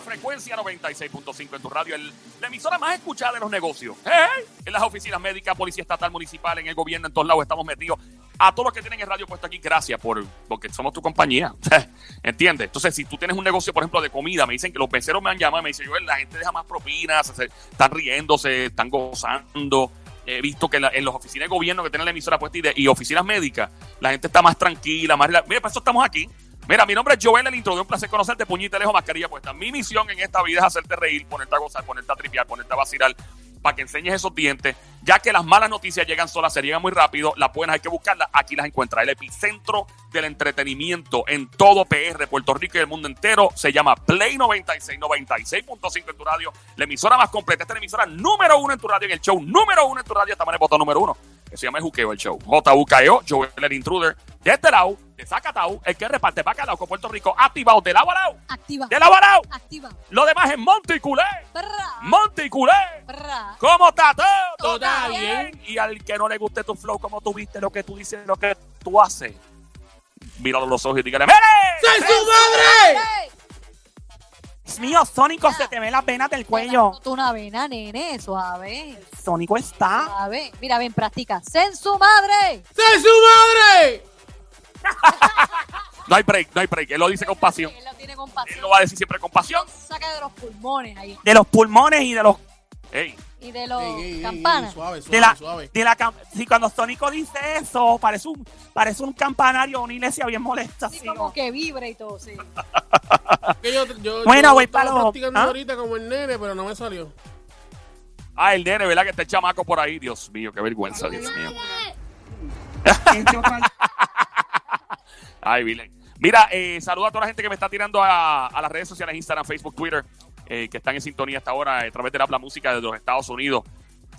frecuencia 96.5 en tu radio, el- la emisora más escuchada de los negocios. ¡Hey! En las oficinas médicas, policía estatal, municipal, en el gobierno, en todos lados estamos metidos. A todos los que tienen el radio puesto aquí, gracias por porque somos tu compañía. ¿Eh? ¿Entiendes? Entonces, si tú tienes un negocio, por ejemplo, de comida, me dicen que los peceros me han llamado y me dicen, yo, la gente deja más propinas, se- están riéndose, están gozando. He visto que en la- en las oficinas de gobierno que tienen la emisora puesta y, de- y oficinas médicas, la gente está más tranquila, más... rela- Mira, para eso estamos aquí. Mira, mi nombre es Joel, el intro de un placer conocerte, puñita lejos, mascarilla puesta. Mi misión en esta vida es hacerte reír, ponerte a gozar, ponerte a tripear, ponerte a vacilar, para que enseñes esos dientes, ya que las malas noticias llegan solas, se llegan muy rápido, las buenas hay que buscarlas, aquí las encuentras. El epicentro del entretenimiento en todo PR, Puerto Rico y el mundo entero, se llama Play 96, 96.5 en tu radio, la emisora más completa, esta es la emisora número uno en tu radio, en el show número uno en tu radio, estamos en el botón número uno, que se llama El Juqueo, el show. J.U.K.E.O., E Joel el Intruder, de este lado, de Zacatau, el que reparte bacalao con Puerto Rico, activado, de lado a lado, Activa. de lado a lado, Activa. lo demás es Monticulé, Brra, Monticulé. brra. ¿Cómo está todo? Todo está bien. Y al que no le guste tu flow, como tú viste, lo que tú dices, lo que tú haces, míralo a los ojos y dígale, ¡Mire! ¡Soy su madre! ¡Ey! Dios mío, Sónico, se te ven las venas del cuello. Tú una vena, nene, suave. Sónico Ah. está. Suave. Mira, ven, practica. ¡Sen su madre! ¡Soy su madre! No hay break, no hay break. Él lo dice con pasión. Él lo tiene con Él pasión. lo va a decir siempre con pasión. Saca de los pulmones ahí. De los pulmones y de los Ey, Y de los Ey, ey, ey, campanas. Suave, suave, de la, suave. de la cam- sí, cuando Sónico dice eso, parece un, parece un campanario o una iglesia bien molesta. Así sí, como ¿no? que vibra y todo, sí. Ah. Que yo, yo, Buena, yo güey, estaba palo. practicando ¿Ah? ahorita como el nene, pero no me salió. ah, el nene, ¿verdad? Que está el chamaco por ahí. Dios mío, qué vergüenza, Dios mío. Ay, Vilén. Mira, eh, saluda a toda la gente que me está tirando a, a las redes sociales, Instagram, Facebook, Twitter, eh, que están en sintonía hasta ahora eh, a través de la, la música de los Estados Unidos.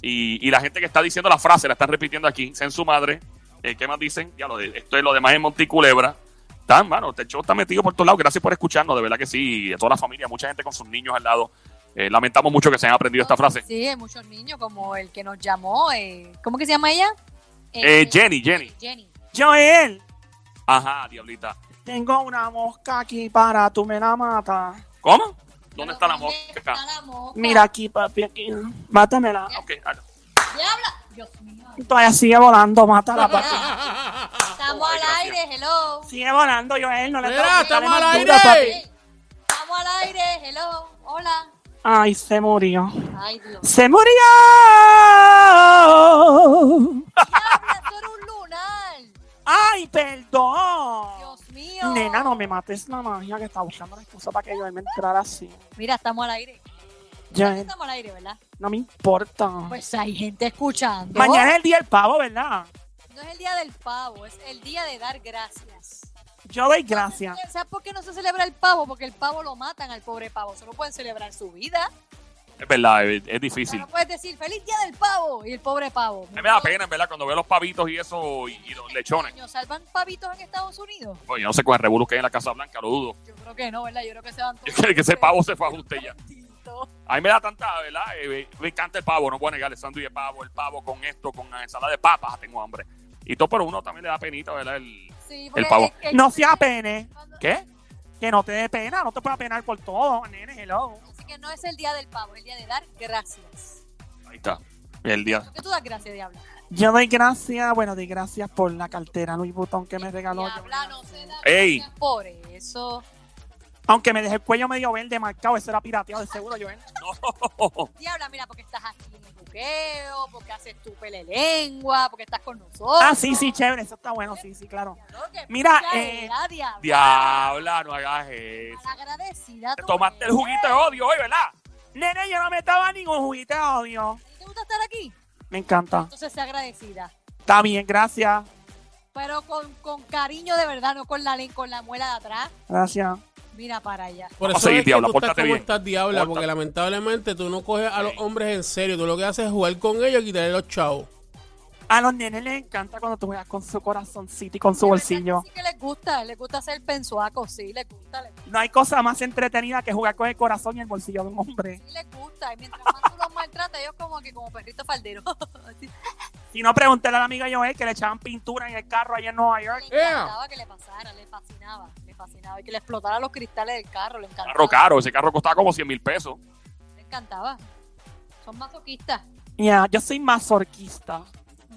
Y, y la gente que está diciendo la frase, la están repitiendo aquí, sen su madre. Eh, ¿Qué más dicen? Ya lo de, esto es lo demás en Monticulebra. Están, mano, este show está metido por todos lados. Gracias por escucharnos, de verdad que sí. Y a toda la familia, mucha gente con sus niños al lado. Eh, lamentamos mucho que se hayan aprendido esta frase. Sí, hay muchos niños, como el que nos llamó. eh, ¿Cómo que se llama ella? Eh, Jenny, Jenny. Jenny. Joel, Ajá, diablita. tengo una mosca aquí para, tú me la matas. ¿Cómo? ¿Dónde Pero está la ¿dónde mosca? está la mosca? Mira aquí, papi, aquí. Mátamela. Ah, ok, ah, Diabla. Dios mío. Todavía sigue volando, mátala, papi. Estamos al gracias. aire, hello. Sigue volando, Joel, no le Mira, tengo que estamos darle más al duro, aire. papi. Estamos al aire, hello. Hola. Ay, se murió. Ay, Dios. ¡Se murió! Diabla, tú eres un lunar. ¡Ay, perdón! Dios mío. Nena, no me mates la magia que está buscando una excusa para que yo me entrara así. Mira, estamos al aire. Ya, eh, Estamos al aire, ¿verdad? no me importa. Pues hay gente escuchando. Mañana es el día del pavo, ¿verdad? No es el día del pavo, es el día de dar gracias. Yo doy gracias. ¿Sabes por qué no se celebra el pavo? Porque el pavo lo matan al pobre pavo. Solo pueden celebrar su vida. es verdad, es- es O difícil. sea, No puedes decir feliz día del pavo y el pobre pavo. A mí me da pena, en verdad, cuando veo los pavitos y eso, y, y los lechones. ¿Salvan pavitos en Estados Unidos? Oye, yo no sé con el revuelo que hay en la Casa Blanca, lo dudo. Yo creo que no, ¿verdad? Yo creo que se van todos. que ese pavo se fue a ajuste ya. Bendito. A mí me da tanta, ¿verdad? Eh, me- me encanta el pavo, no puedo negar el sándwich de pavo, el pavo con esto, con la ensalada de papas, ah, tengo hambre. Y todo, pero uno también le da penita, ¿verdad? El- Sí, porque El pavo. es que- No se apene, cuando- ¿Qué? que no te dé pena, no te puedes apenar por todo, nene, hello. Así que no es el día del pavo, es el día de dar gracias. Ahí está. El día. ¿Por qué tú das gracias, Diabla? Yo doy gracias, bueno, doy gracias por la cartera Luis Butón que me regaló. yo. Diabla no se da Ey. gracias por eso. Aunque me dejé el cuello medio verde marcado, eso era pirateado de seguro, Joel. Diabla, mira, porque estás aquí en el buqueo, porque haces tu pele lengua, porque estás con nosotros. Ah, sí, sí, chévere, eso está bueno, sí, sí, claro. Diablo, qué Mira, picha eh, era, Diabla. Diabla, no hagas eso. Malagradecida Te tú tomaste el eres. juguito de odio hoy, ¿verdad? Nene, yo no me estaba ningún juguito de odio. ¿Te gusta estar aquí? Me encanta. Entonces, sea agradecida. Está bien, gracias. Pero con, con cariño de verdad, no con la, le- con la muela de atrás. Gracias. Mira para allá. Por Vamos a eso seguir, es que diabla, tú estás pórtate como bien. estás, diabla, Pórtate. porque lamentablemente tú no coges a los Sí. hombres en serio. Tú lo que haces es jugar con ellos y quitarle los chavos. A los nenes les encanta cuando tú juegas con su corazoncito y con su De verdad bolsillo. que Sí que les gusta, les gusta hacer pensuaco, sí, les gusta, les gusta, No hay cosa más entretenida que jugar con el corazón y el bolsillo de un hombre. sí les gusta. Y mientras más tú los maltratas, ellos como que como perritos falderos. Así. Si no, pregúntale a la amiga Joel que le echaban pintura en el carro allá en Nueva York. Le encantaba que le pasara, le fascinaba, le fascinaba. Y que le explotara los cristales del carro, le encantaba. Carro caro, ese carro costaba como 100 mil pesos. Le encantaba. Son masoquistas. Ya, yo soy mazorquista.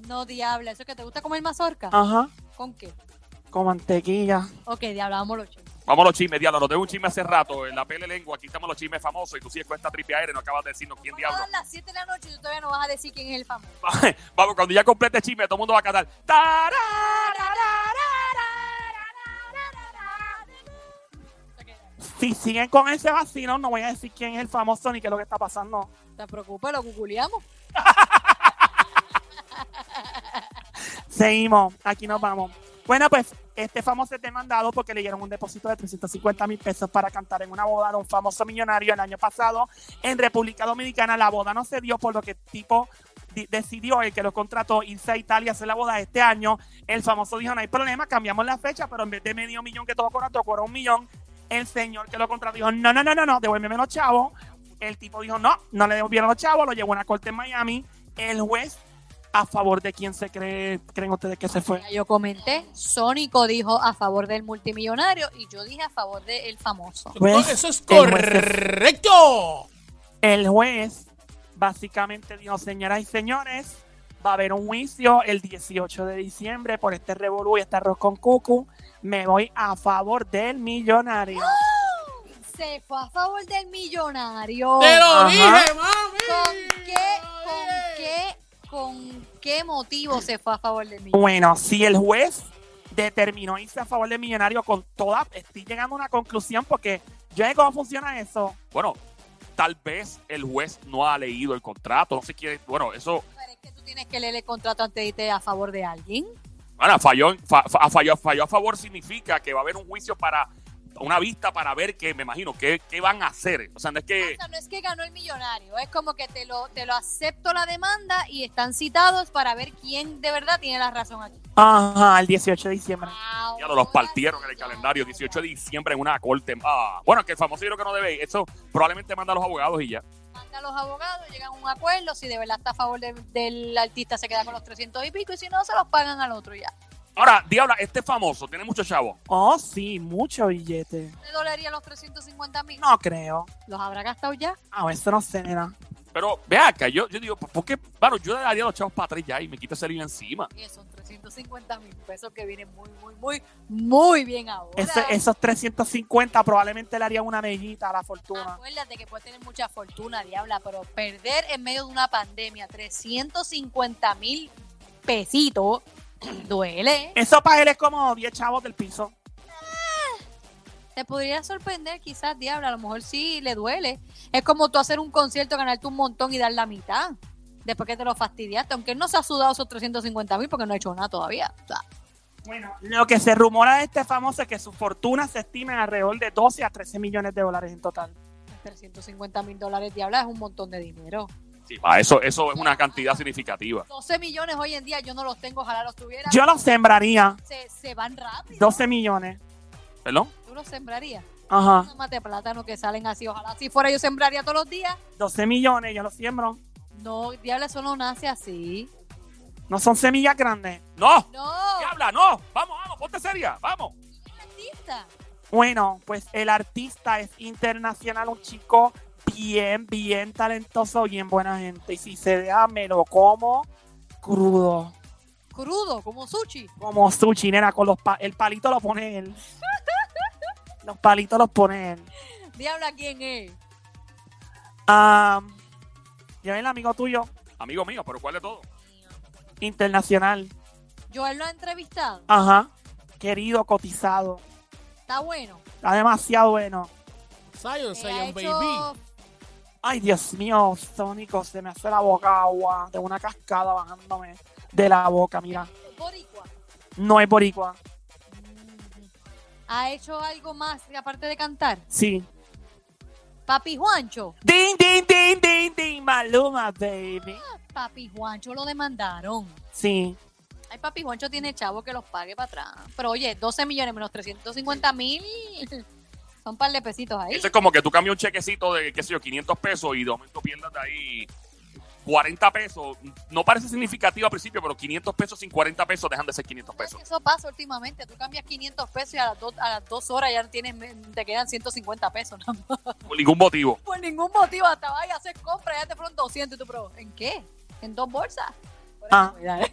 No, diabla, eso que te gusta comer mazorca. Ajá, ¿Con qué? con mantequilla. Ok, diabla, vamos los chicos. Vamos a los chismes, diablo. Nos debo un chisme hace rato. En la pele lengua, aquí estamos los chismes famosos. Y tú sigues con esta triple aire. No acabas de decirnos quién Bueno, diablo. a las 7 de la noche y tú todavía no vas a decir quién es el famoso. Vamos, cuando ya complete el chisme, todo el mundo va a cantar. Ok, dale. Si siguen con ese vacino, no voy a decir quién es el famoso ni qué es lo que está pasando. Te preocupes, lo googleamos. Seguimos, aquí nos vamos. Bueno, pues este famoso es demandado porque le dieron un depósito de 350 mil pesos para cantar en una boda de un famoso millonario el año pasado en República Dominicana. La boda no se dio, por lo que el tipo di- decidió, el que lo contrató, irse a Italia a hacer la boda este año. El famoso dijo, no hay problema, cambiamos la fecha, pero en vez de medio millón que todo contrató, cobró un millón. El señor que lo contrató dijo, no, no, no, no, no, devuélveme los chavos. El tipo dijo, no, no le devolvieron los chavos, lo llevó a una corte en Miami. El juez a favor de quién se cree, creen ustedes que se fue. Ya Yo comenté, Sónico dijo a favor del multimillonario y yo dije a favor del famoso. Pues, eso es el juez se- correcto. Oh. El juez básicamente dijo, señoras y señores, va a haber un juicio el 18 de diciembre por este revolú y este arroz con cucu. Me voy a favor del millonario. Se fue a favor del millonario. Te lo Ajá. dije, mami. ¿Con qué, Lo con dije. qué, con qué motivo se fue a favor del millonario? Bueno, si el juez determinó irse a favor del millonario con toda... Estoy llegando a una conclusión porque yo sé cómo funciona eso. Bueno, tal vez el juez no ha leído el contrato. No sé quién. Bueno, eso. Pero es que tú tienes que leer el contrato antes de irte a favor de alguien. Bueno, falló, en- fa- fa- falló, falló a favor significa que va a haber un juicio para. Una vista para ver que, me imagino, qué, qué van a hacer. O sea, no es O que. sea, no es que ganó el millonario, es como que te lo, te lo acepto la demanda y están citados para ver quién de verdad tiene la razón aquí. Ajá, el 18 de diciembre. Ya los partieron en el calendario 18 de diciembre en una corte. Ah, bueno, que el famoso yo creo que no debe. ir. Eso probablemente manda a los abogados y ya. Manda a los abogados, llegan a un acuerdo, si de verdad está a favor de- del artista se queda con los 300 y pico y si no se los pagan al otro ya. Ahora, Diabla, este famoso tiene muchos chavos. Oh, sí, mucho billete. ¿Le dolería los 350 mil? No creo. ¿Los habrá gastado ya? Ah, eso no sé, nena. Pero ve acá, yo, yo digo, ¿por qué? Bueno, yo le daría los chavos para atrás ya y me quito ese lío encima. Y son 350 mil pesos que vienen muy, muy, muy, muy bien ahora. Ese- esos 350 probablemente le harían una mejita a la fortuna. Acuérdate que puedes tener mucha fortuna, diabla, pero perder en medio de una pandemia 350 mil pesitos duele. Eso para él es como 10 chavos del piso. Te podría sorprender quizás, diabla, a lo mejor sí le duele. Es como tú hacer un concierto, ganarte un montón y dar la mitad. Después que te lo fastidiaste, aunque él no se ha sudado esos 350 mil porque no ha hecho nada todavía. O sea, Bueno, lo que se rumora de este famoso es que su fortuna se estima en alrededor de 12 a 13 millones de dólares en total. 350 mil dólares, diabla, es un montón de dinero. Sí, pa, eso, eso es una cantidad significativa. 12 millones hoy en día yo no los tengo, ojalá los tuviera. Yo lo sembraría. se, se van rápido. 12 millones. ¿Perdón? ¿Tú los sembrarías? Ajá. Nada más de plátano que salen así. Ojalá si fuera yo sembraría todos los días. 12 millones, yo lo siembro. No, diabla, eso no nace así. No son semillas grandes. ¡No! No, ¡Diabla, no! ¡Vamos, vamos! ¡Ponte seria! ¡Vamos! artista. Bueno, pues el artista es internacional, un chico bien, bien talentoso, bien buena gente. Y si se deja, me lo como crudo. Crudo, como sushi. como su chinera con los pa- el palito lo pone él. Los palitos los pone él. Diabla, ¿quién es? Ah, ya ven el amigo tuyo, Amigo mío, pero ¿cuál de todo? internacional. Yo él lo ha entrevistado. Ajá. Querido, cotizado. Está bueno. Está demasiado bueno. Zion, Eh, ha Zion, baby. hecho- Ay, Dios mío, Sónico, se me hace la boca agua de una cascada bajándome de la boca, mira. Boricua. No es boricua. Mm. Ha hecho algo más aparte de cantar. Sí. Papi Juancho. Ding, ding, ding, ding, ding, Maluma, baby. Papi Juancho lo demandaron. Sí. Ay, papi Juancho tiene chavo que los pague para atrás. Pero oye, 12 millones menos 350 mil. Son un par de pesitos ahí. Eso es como que tú cambias un chequecito de, qué sé yo, 500 pesos y de momento pierdas de ahí 40 pesos, no parece significativo al principio, pero 500 pesos sin 40 pesos dejan de ser 500 pesos. Eso pasa últimamente. Tú cambias 500 pesos y a las, dos- a las dos horas ya tienes, te quedan 150 pesos. nada más. Por ningún motivo. Por ningún motivo. Hasta vas a hacer compras ya te fueron 200. Y tú, pero ¿en qué? ¿En dos bolsas? Por eso, Ah. mira, eh.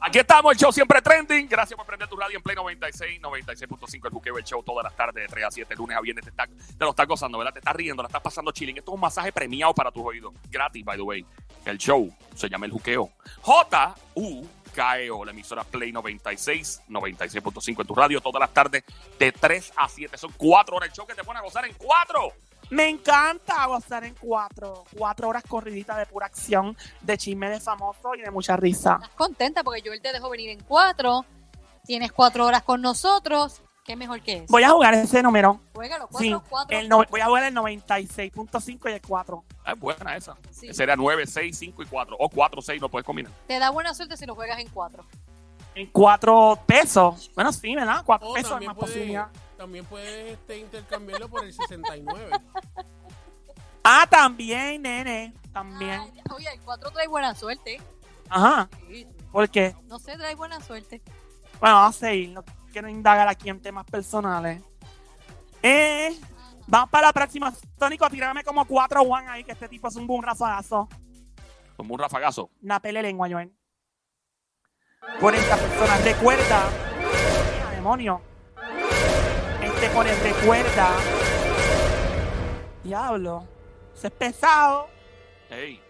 Aquí estamos, el show siempre trending. Gracias por prender tu radio en Play 96, 96.5, el buqueo, el show todas las tardes de 3 a 7, lunes a viernes. Te, está- te lo estás gozando, ¿verdad? Te estás riendo, la estás pasando chilling. Esto es un masaje premiado para tus oídos. Gratis, by the way. El show se llama El Juqueo. J-U-K-E-O, E la emisora Play 96, 96.5 en tu radio todas las tardes de 3 a 7. Son 4 horas el show que te pone a gozar en 4. Me encanta gozar en cuatro, cuatro horas corriditas de pura acción, de chisme de famoso y de mucha risa. Estás contenta porque Joel te dejó venir en cuatro. Tienes cuatro horas con nosotros. ¿Qué mejor que eso? Voy a jugar ese número. Juega los Sí, cuatro, cuatro. el no- voy a jugar el 96.5 y el 4. Ah, Es buena esa. Sí. Sería 9, 6, 5 y 4. O 4, 6, lo puedes combinar. Te da buena suerte si lo juegas en cuatro. En 4 pesos. Bueno, sí, ¿verdad? 4 Oh, O pesos Oh, es también más puedes, posibilidad. también puedes este, intercambiarlo por el 69. Ah, también, nene. También. Ay, oye, el cuatro trae buena suerte. Ajá. Sí. Porque, No sé, trae buena suerte. bueno, vamos a seguir. No quiero indagar aquí en temas personales. Eh, Ah, vamos para la próxima. Tónico, tírame como 4 one ahí, que este tipo es un boom rafagazo. Como un rafagazo. Una pele lengua, Joel. Por esta persona, recuerda. ¡Ah, demonio! Este pone recuerda. Diablo. Eso es pesado. Ey.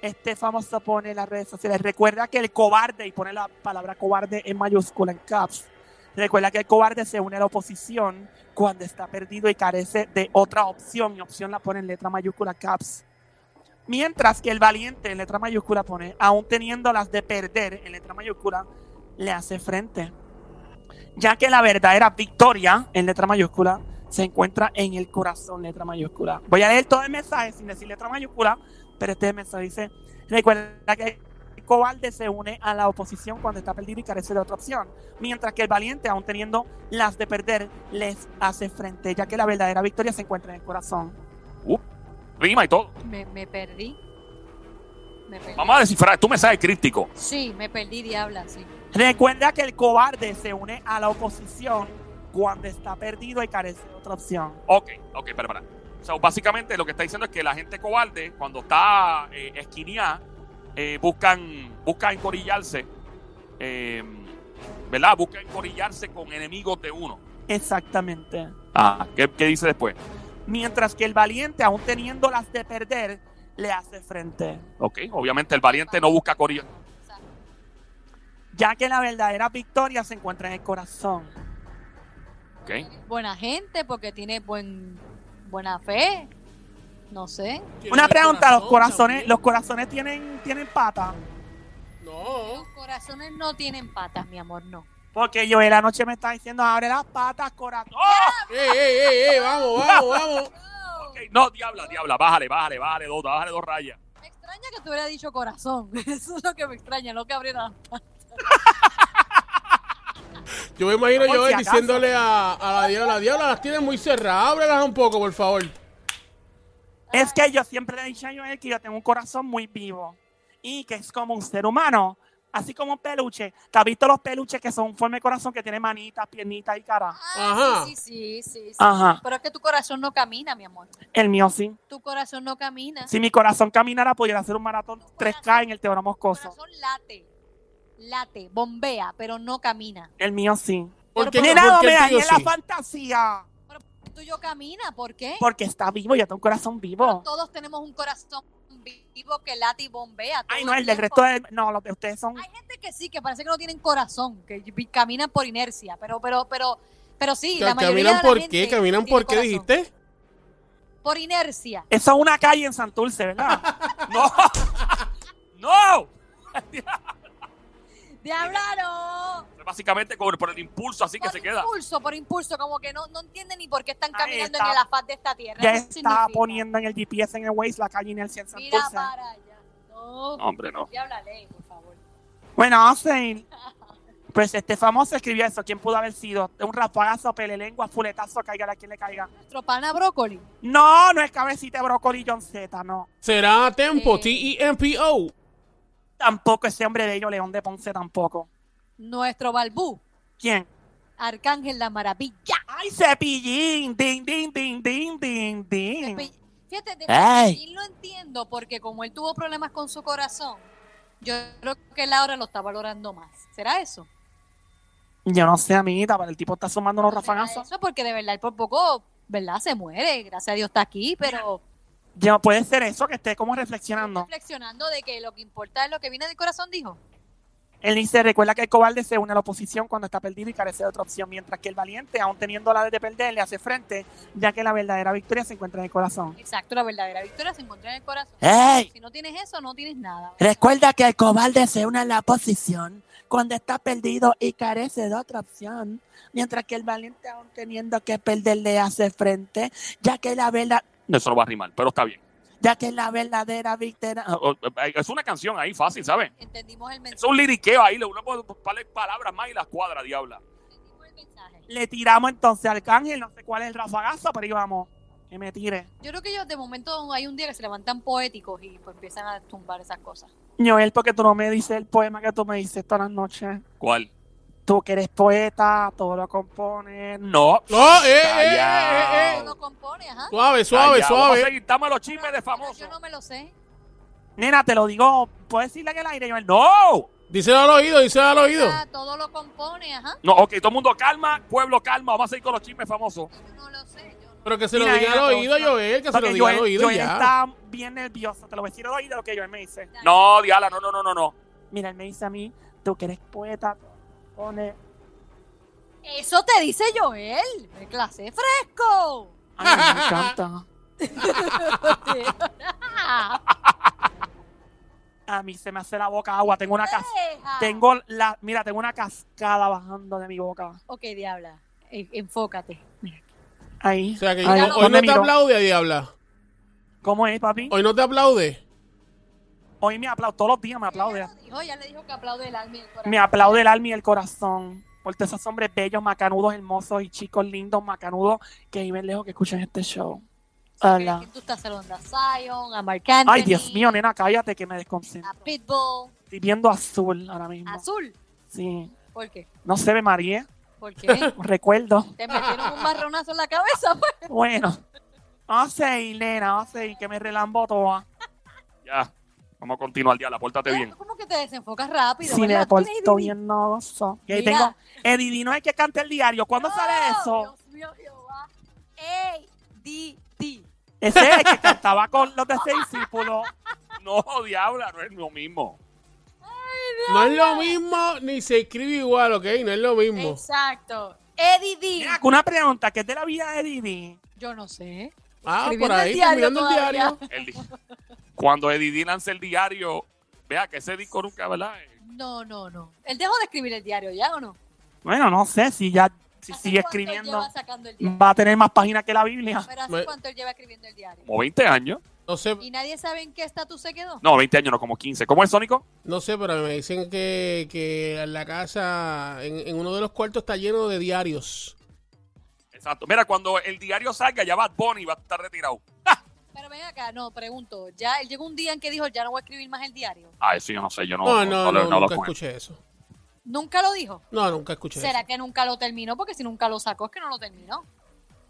Este famoso pone en las redes sociales. Recuerda que el cobarde, y pone la palabra cobarde en mayúscula, en caps. Recuerda que el cobarde se une a la oposición cuando está perdido y carece de otra opción. Y opción la pone en letra mayúscula, caps. Mientras que el valiente en letra mayúscula pone, aún teniendo las de perder en letra mayúscula, le hace frente. Ya que la verdadera victoria en letra mayúscula se encuentra en el corazón, letra mayúscula. Voy a leer todo el mensaje sin decir letra mayúscula, pero este mensaje dice, recuerda que el cobarde se une a la oposición cuando está perdido y carece de otra opción, mientras que el valiente, aún teniendo las de perder, les hace frente, ya que la verdadera victoria se encuentra en el corazón. Rima y todo. Me, me perdí. Me perdí. Vamos a descifrar. Tú me sabes crítico. Sí, me perdí, diabla, sí. Recuerda que el cobarde se une a la oposición cuando está perdido y carece de otra opción. Ok, ok, espera, espera. O sea, básicamente lo que está diciendo es que la gente cobarde, cuando está eh, esquineada, eh, buscan, buscan encorillarse, eh, ¿verdad? Buscan encorillarse con enemigos de uno. Exactamente. Ah, ¿qué, qué dice después? Mientras que el valiente, aún teniendo las de perder, le hace frente. Ok, obviamente el valiente no busca corillo. Exacto. Ya que la verdadera victoria se encuentra en el corazón. Ok, Buena gente porque tiene buen, buena fe. No sé. Una pregunta, los corazones, también. los corazones tienen, tienen patas. No, Los corazones no tienen patas, mi amor, no. Porque yo en la noche me está diciendo, abre las patas, corazón. ¡Oh! ¡Ey, ey, ey, ey! ¡Vamos, vamos, vamos! ok, no, diabla, diabla, bájale, bájale, bájale dos, bájale dos rayas. Me extraña que te hubiera dicho corazón. Eso es lo que me extraña, no que abriera. Yo me imagino Por yo si acaso. diciéndole a, a la diabla, la diabla las tienes muy cerradas, ábrelas un poco, por favor. Es que yo siempre le he dicho a Joel que yo tengo un corazón muy vivo y que es como un ser humano, así como un peluche. ¿Te has visto los peluches que son un forma de corazón que tiene manitas, piernitas y cara? Ah, Ajá. Sí, sí, sí, sí, sí. Ajá, Pero es que tu corazón no camina, mi amor. el mío sí. Tu corazón no camina. Si mi corazón caminara, pudiera hacer un maratón 3K en el Tu Teoramo Moscoso. corazón late. Late, bombea, pero no camina. El mío sí. ¿Por qué, Pero Ni no? nada ¿Por qué me el dañé tuyo la sí? fantasía. El tuyo camina, ¿por qué? Porque está vivo, yo tengo un corazón vivo. Todos tenemos un corazón vivo que late y bombea. todo Ay, no, el del tiempo. resto del... No, los de ustedes son... Hay gente que sí, que parece que no tienen corazón, que vi- caminan por inercia, pero, pero, pero, pero sí, la Ca- mayoría de ¿Caminan la por gente qué? ¿Caminan tiene por qué corazón. dijiste? Por inercia. Eso es una calle en Santurce, ¿verdad? ¡No! ¡No! ¡Diablaron! Básicamente por, por el impulso, así que Por se queda. impulso, por impulso, como que no, no entienden ni por qué están Ahí caminando está. en el faz de esta tierra. ya Eso está significa. poniendo en el GPS en el Waze la calle Inercia en Mira Santurce. para allá. No, Hombre, no. diabla, lee, por favor. Bueno, vamos a seguir. Pues este famoso escribió eso, ¿quién pudo haber sido? Un rapagazo, pele lengua, fuletazo, caiga a quien le caiga. Nuestro pana brócoli. No, no es cabecita de brócoli John Z, no. Será Tempo, E Eh. T-E-M-P-O. Tampoco ese hombre bello, León de Ponce, tampoco. Nuestro balbú. ¿Quién? Arcángel la maravilla. ¡Ay, cepillín! ¡Ding, ding, ding, ding, ding, ding! Pe- Fíjate, de Ey. Cepillín lo entiendo porque como él tuvo problemas con su corazón, yo creo que él ahora lo está valorando más. ¿Será eso? Yo no sé, amiguita, pero el tipo está sumando unos ¿Será rafagazos. Eso porque de verdad él por poco, ¿verdad? Se muere. Gracias a Dios está aquí, pero Ya, puede ser eso, que esté como reflexionando. reflexionando de que lo que importa es lo que viene del corazón, dijo. Él dice, recuerda que el cobarde se une a la oposición cuando está perdido y carece de otra opción, mientras que el valiente, aún teniendo la de perder, le hace frente, ya que la verdadera victoria se encuentra en el corazón. Exacto, la verdadera victoria se encuentra en el corazón. ¡Ey! Si no tienes eso, no tienes nada. Recuerda que el cobarde se une a la oposición cuando está perdido y carece de otra opción, mientras que el valiente, aún teniendo que perder, le hace frente, ya que la, verdad, Eso no va a rimar, pero está bien. Ah, ya que la verdadera victoria... oh. O- o- Es una canción ahí fácil, ¿sabes? Entendimos el Es mensaje. un liriqueo ahí, le ponemos un par de palabras más y las cuadra, diabla. Entendimos el mensaje. Le tiramos entonces al cángel, no sé cuál es el rafagazo, pero íbamos, que me tire. Yo creo que ellos de momento hay un día que se levantan poéticos y pues empiezan a tumbar esas cosas. Noel, porque tú no me dices el poema que tú me dices todas las noches. ¿Cuál? Tú que eres poeta, todo lo compones. No. No, eh, eh, eh, eh, Callao. eh. Lo compone, ajá. Suave, suave, Callao, Vamos a suave. seguir, dame los chismes de famoso. Yo no me lo sé. Nena, te lo digo, ¿puedes decirle en el aire, Noel? ¡No! Díselo al oído, díselo al oído. Ah, todo lo compone, ajá. No, ok, todo el mundo calma, pueblo calma, vamos a seguir con los chismes famosos. Yo no lo sé. Yo no. Pero que se lo Mira, diga mira, al oído, pero- Joel, que se lo Porque diga al Joel- oído Joel ya. está bien nervioso, te lo voy a decir al oído lo que Joel me dice. No, Diala, no, no, no, no, no. Mira, él me dice a mí, tú que eres poeta, todo lo compones. Eso te dice Joel. ¡Qué clase fresco! Ay, me encanta. A mí se me hace la boca agua, tengo una cas Deja. tengo la, mira, tengo una cascada bajando de mi boca. Ok, diabla. eh, Enfócate. Ahí. O sea que ahí, hoy- hoy ¿dónde no te miro? aplaude, diabla. ¿Cómo es, papi? Hoy no te aplaude. Hoy me aplaudo, todos los días me aplaude. Ella lo dijo, ya le dijo que aplaude el alma y el corazón. Me aplaude el alma y el corazón. Por todos esos hombres bellos, macanudos, hermosos y chicos lindos, macanudos, que viven lejos que escuchan este show. Hola. Tú estás saludando a Zion, a Marc Anthony, Ay, Dios mío, nena, cállate que me desconcentro. a Pitbull, Estoy viendo azul ahora mismo. Azul. Sí. ¿Por qué? No se ve María. ¿Por qué? Recuerdo. Te metieron un marronazo en la cabeza. pues. Bueno. Vamos a seguir, nena, vamos a seguir, que me relambo toda. Ya, vamos a continuar, Diala, pórtate bien. Como que te desenfocas rápido. Si me ¿verdad? porto Mira. bien nodoso. Y ahí Mira. tengo. Edidino es que canta el diario. ¿Cuándo sale No, eso? Dios mío, Jehová. Ey, di, di. Ese es el que cantaba con los de ese discípulo. No, Diabla, no es lo mismo. No es lo mismo ni se escribe igual, ¿ok? No es lo mismo. Exacto. Eddie D. Mira, una pregunta que es de la vida de Didi. Yo no sé. Ah, por escribiendo el ahí, diario terminando el todavía. diario. El di- Cuando Eddie D lanza el diario, vea que ese disco nunca, ¿verdad? Eh, No, no, no. Él dejó de escribir el diario ya o no. Bueno, no sé si ya si ¿Hace sigue cuánto él escribiendo lleva sacando el diario? va a tener más páginas que la Biblia. Pero hace Me- cuánto él lleva escribiendo el diario. Como 20 años. No sé, Y nadie sabe en qué estatus se quedó. No, 20 años, no, como 15. ¿Cómo es Sónico? no sé, pero me dicen que, que en la casa, en, en uno de los cuartos está lleno de diarios. Exacto. Mira, cuando el diario salga, ya Bad Bunny va a estar retirado. Pero ven acá, no, pregunto. Ya él llegó un día en que dijo, ya no voy a escribir más el diario. Ah, eso yo no sé, yo no, No, no, no, le- hablo nunca con él. escuché eso. Nunca lo dijo. No, nunca escuché ¿Será eso. que nunca lo terminó? Porque si nunca lo sacó es que no lo terminó.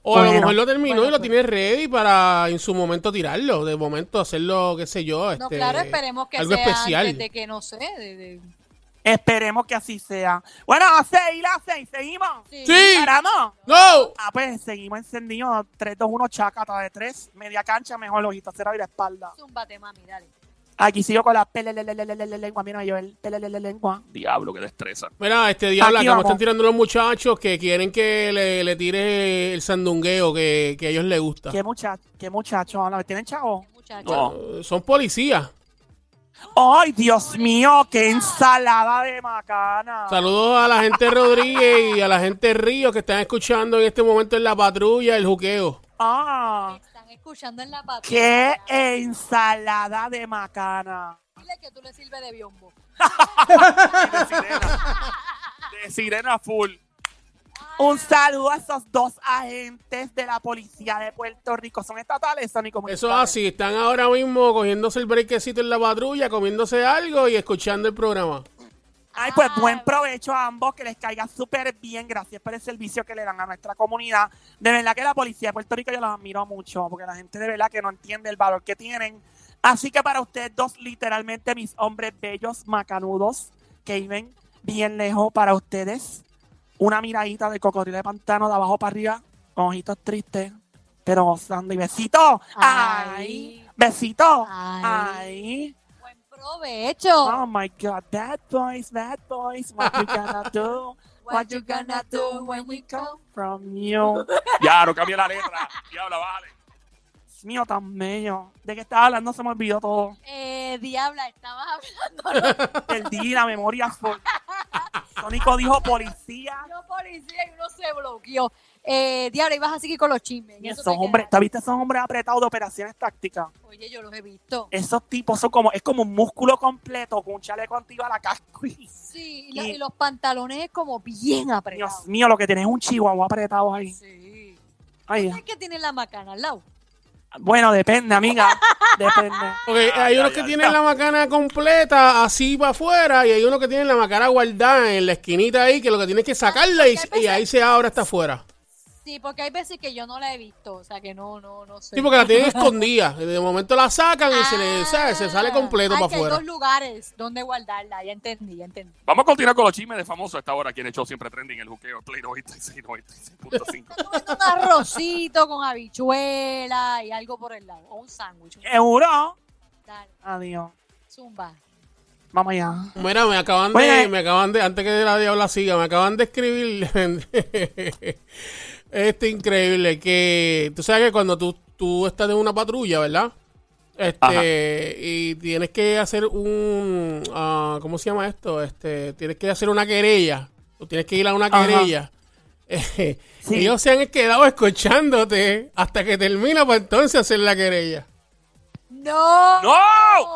O a lo Bueno, mejor lo terminó bueno, y lo pues. tiene ready para en su momento tirarlo. De momento hacerlo, qué sé yo. Este, No, claro, esperemos que algo sea especial. antes de que no sé. de- de- Esperemos que así sea. Bueno, a seis, la seis, seguimos. Sí. ¡Paramos! ¡No! Ah, pues seguimos encendidos. 3, 2, 1, chacata de 3. Media cancha, mejor ojito cero y la espalda. Zúmbate, mami, dale. Aquí sigo con la pele le, le, le, le, le, le, lengua. Mira, yo el pele le, le, lengua. Diablo, qué destreza. Mira, este diabla, Aquí como vamos. están tirando los muchachos que quieren que le, le tire el sandungueo que, que a ellos les gusta. Qué muchacho, qué muchacho. Ahora, ¿Tienen chavo? Qué Muchacho. No. Eh, Son policías. ¡Ay, Dios mío! ¡Qué ensalada de macana! Saludos a la gente Rodríguez y a la gente Río que están escuchando en este momento en la patrulla, el juqueo. ¡Ah! Están escuchando en la patrulla. ¡Qué Eh. ensalada de macana! Dile que tú le sirves de biombo. De sirena. de Sirena Full. Un saludo a esos dos agentes de la policía de Puerto Rico. Son estatales, son y comunitarios. Eso es así, están ahora mismo cogiéndose el brequecito en la patrulla, comiéndose algo y escuchando el programa. Ay, pues Ah. buen provecho a ambos, que les caiga súper bien. Gracias por el servicio que le dan a nuestra comunidad. De verdad que la policía de Puerto Rico yo los admiro mucho, porque la gente de verdad que no entiende el valor que tienen. Así que para ustedes dos, literalmente mis hombres bellos, macanudos, que viven bien lejos para ustedes. Una miradita de cocodrilo de pantano de abajo para arriba, con ojitos tristes, pero gozando. Y besito, ay, Ay. besito, Ay. ay. Buen provecho. Oh my God, bad boys, bad boys, what you gonna do? What you gonna do when we come from you? Ya, no cambia la letra. Diabla, bájale. Dios mío, tan bello. ¿De qué estaba hablando? Se me olvidó todo. Eh, diabla, estabas hablando Perdí la memoria. full. Sónico dijo policía. de los policías y uno se bloqueó. Eh, diabla, ibas a seguir con los chismes. Y en eso esos te hombres, ¿te viste esos hombres apretados de operaciones tácticas? quedas. Oye, yo los he visto. Esos tipos son como, es como un músculo completo con un chaleco a la casco. Y, Sí, y, lo- y- y los pantalones es como bien apretados. Dios mío, lo que tenés es un chihuahua apretado ahí. Sí. Ay, ¿Sabes qué tiene la macana al lado? bueno, depende, amiga. Depende. Ok, Ah, hay ya, unos ya, que ya. tienen la macana completa, así para afuera, y hay unos que tienen la macana guardada en la esquinita ahí, que lo que tienen es que sacarla y, y ahí se abre hasta afuera. Sí, porque hay veces que yo no la he visto, o sea que no, no, no sé. Sí, porque la tienen escondida. y De momento la sacan y se, le, Ah. ¿sabes? se sale completo Ay, para que Hay afuera. dos lugares donde guardarla, ya entendí, ya entendí. Vamos a continuar con los chismes de famoso a esta hora, quien echó siempre trending el juqueo Play 96, 96.5. Comiendo Un arrocito con habichuela y algo por el lado, o un sándwich. un- Euro. Dale, Adiós. zumba. Vamos allá. Mira, me acaban de, Oye. me acaban de, antes que la diabla siga, me acaban de escribir este increíble que tú sabes que cuando tú, tú estás en una patrulla, ¿verdad? Este, Ajá. y tienes que hacer un ah, ¿cómo se llama esto? Este, tienes que hacer una querella. Tú tienes que ir a una Ajá. querella. Sí. Ellos se han quedado escuchándote hasta que termina para entonces hacer la querella. No. ¡No!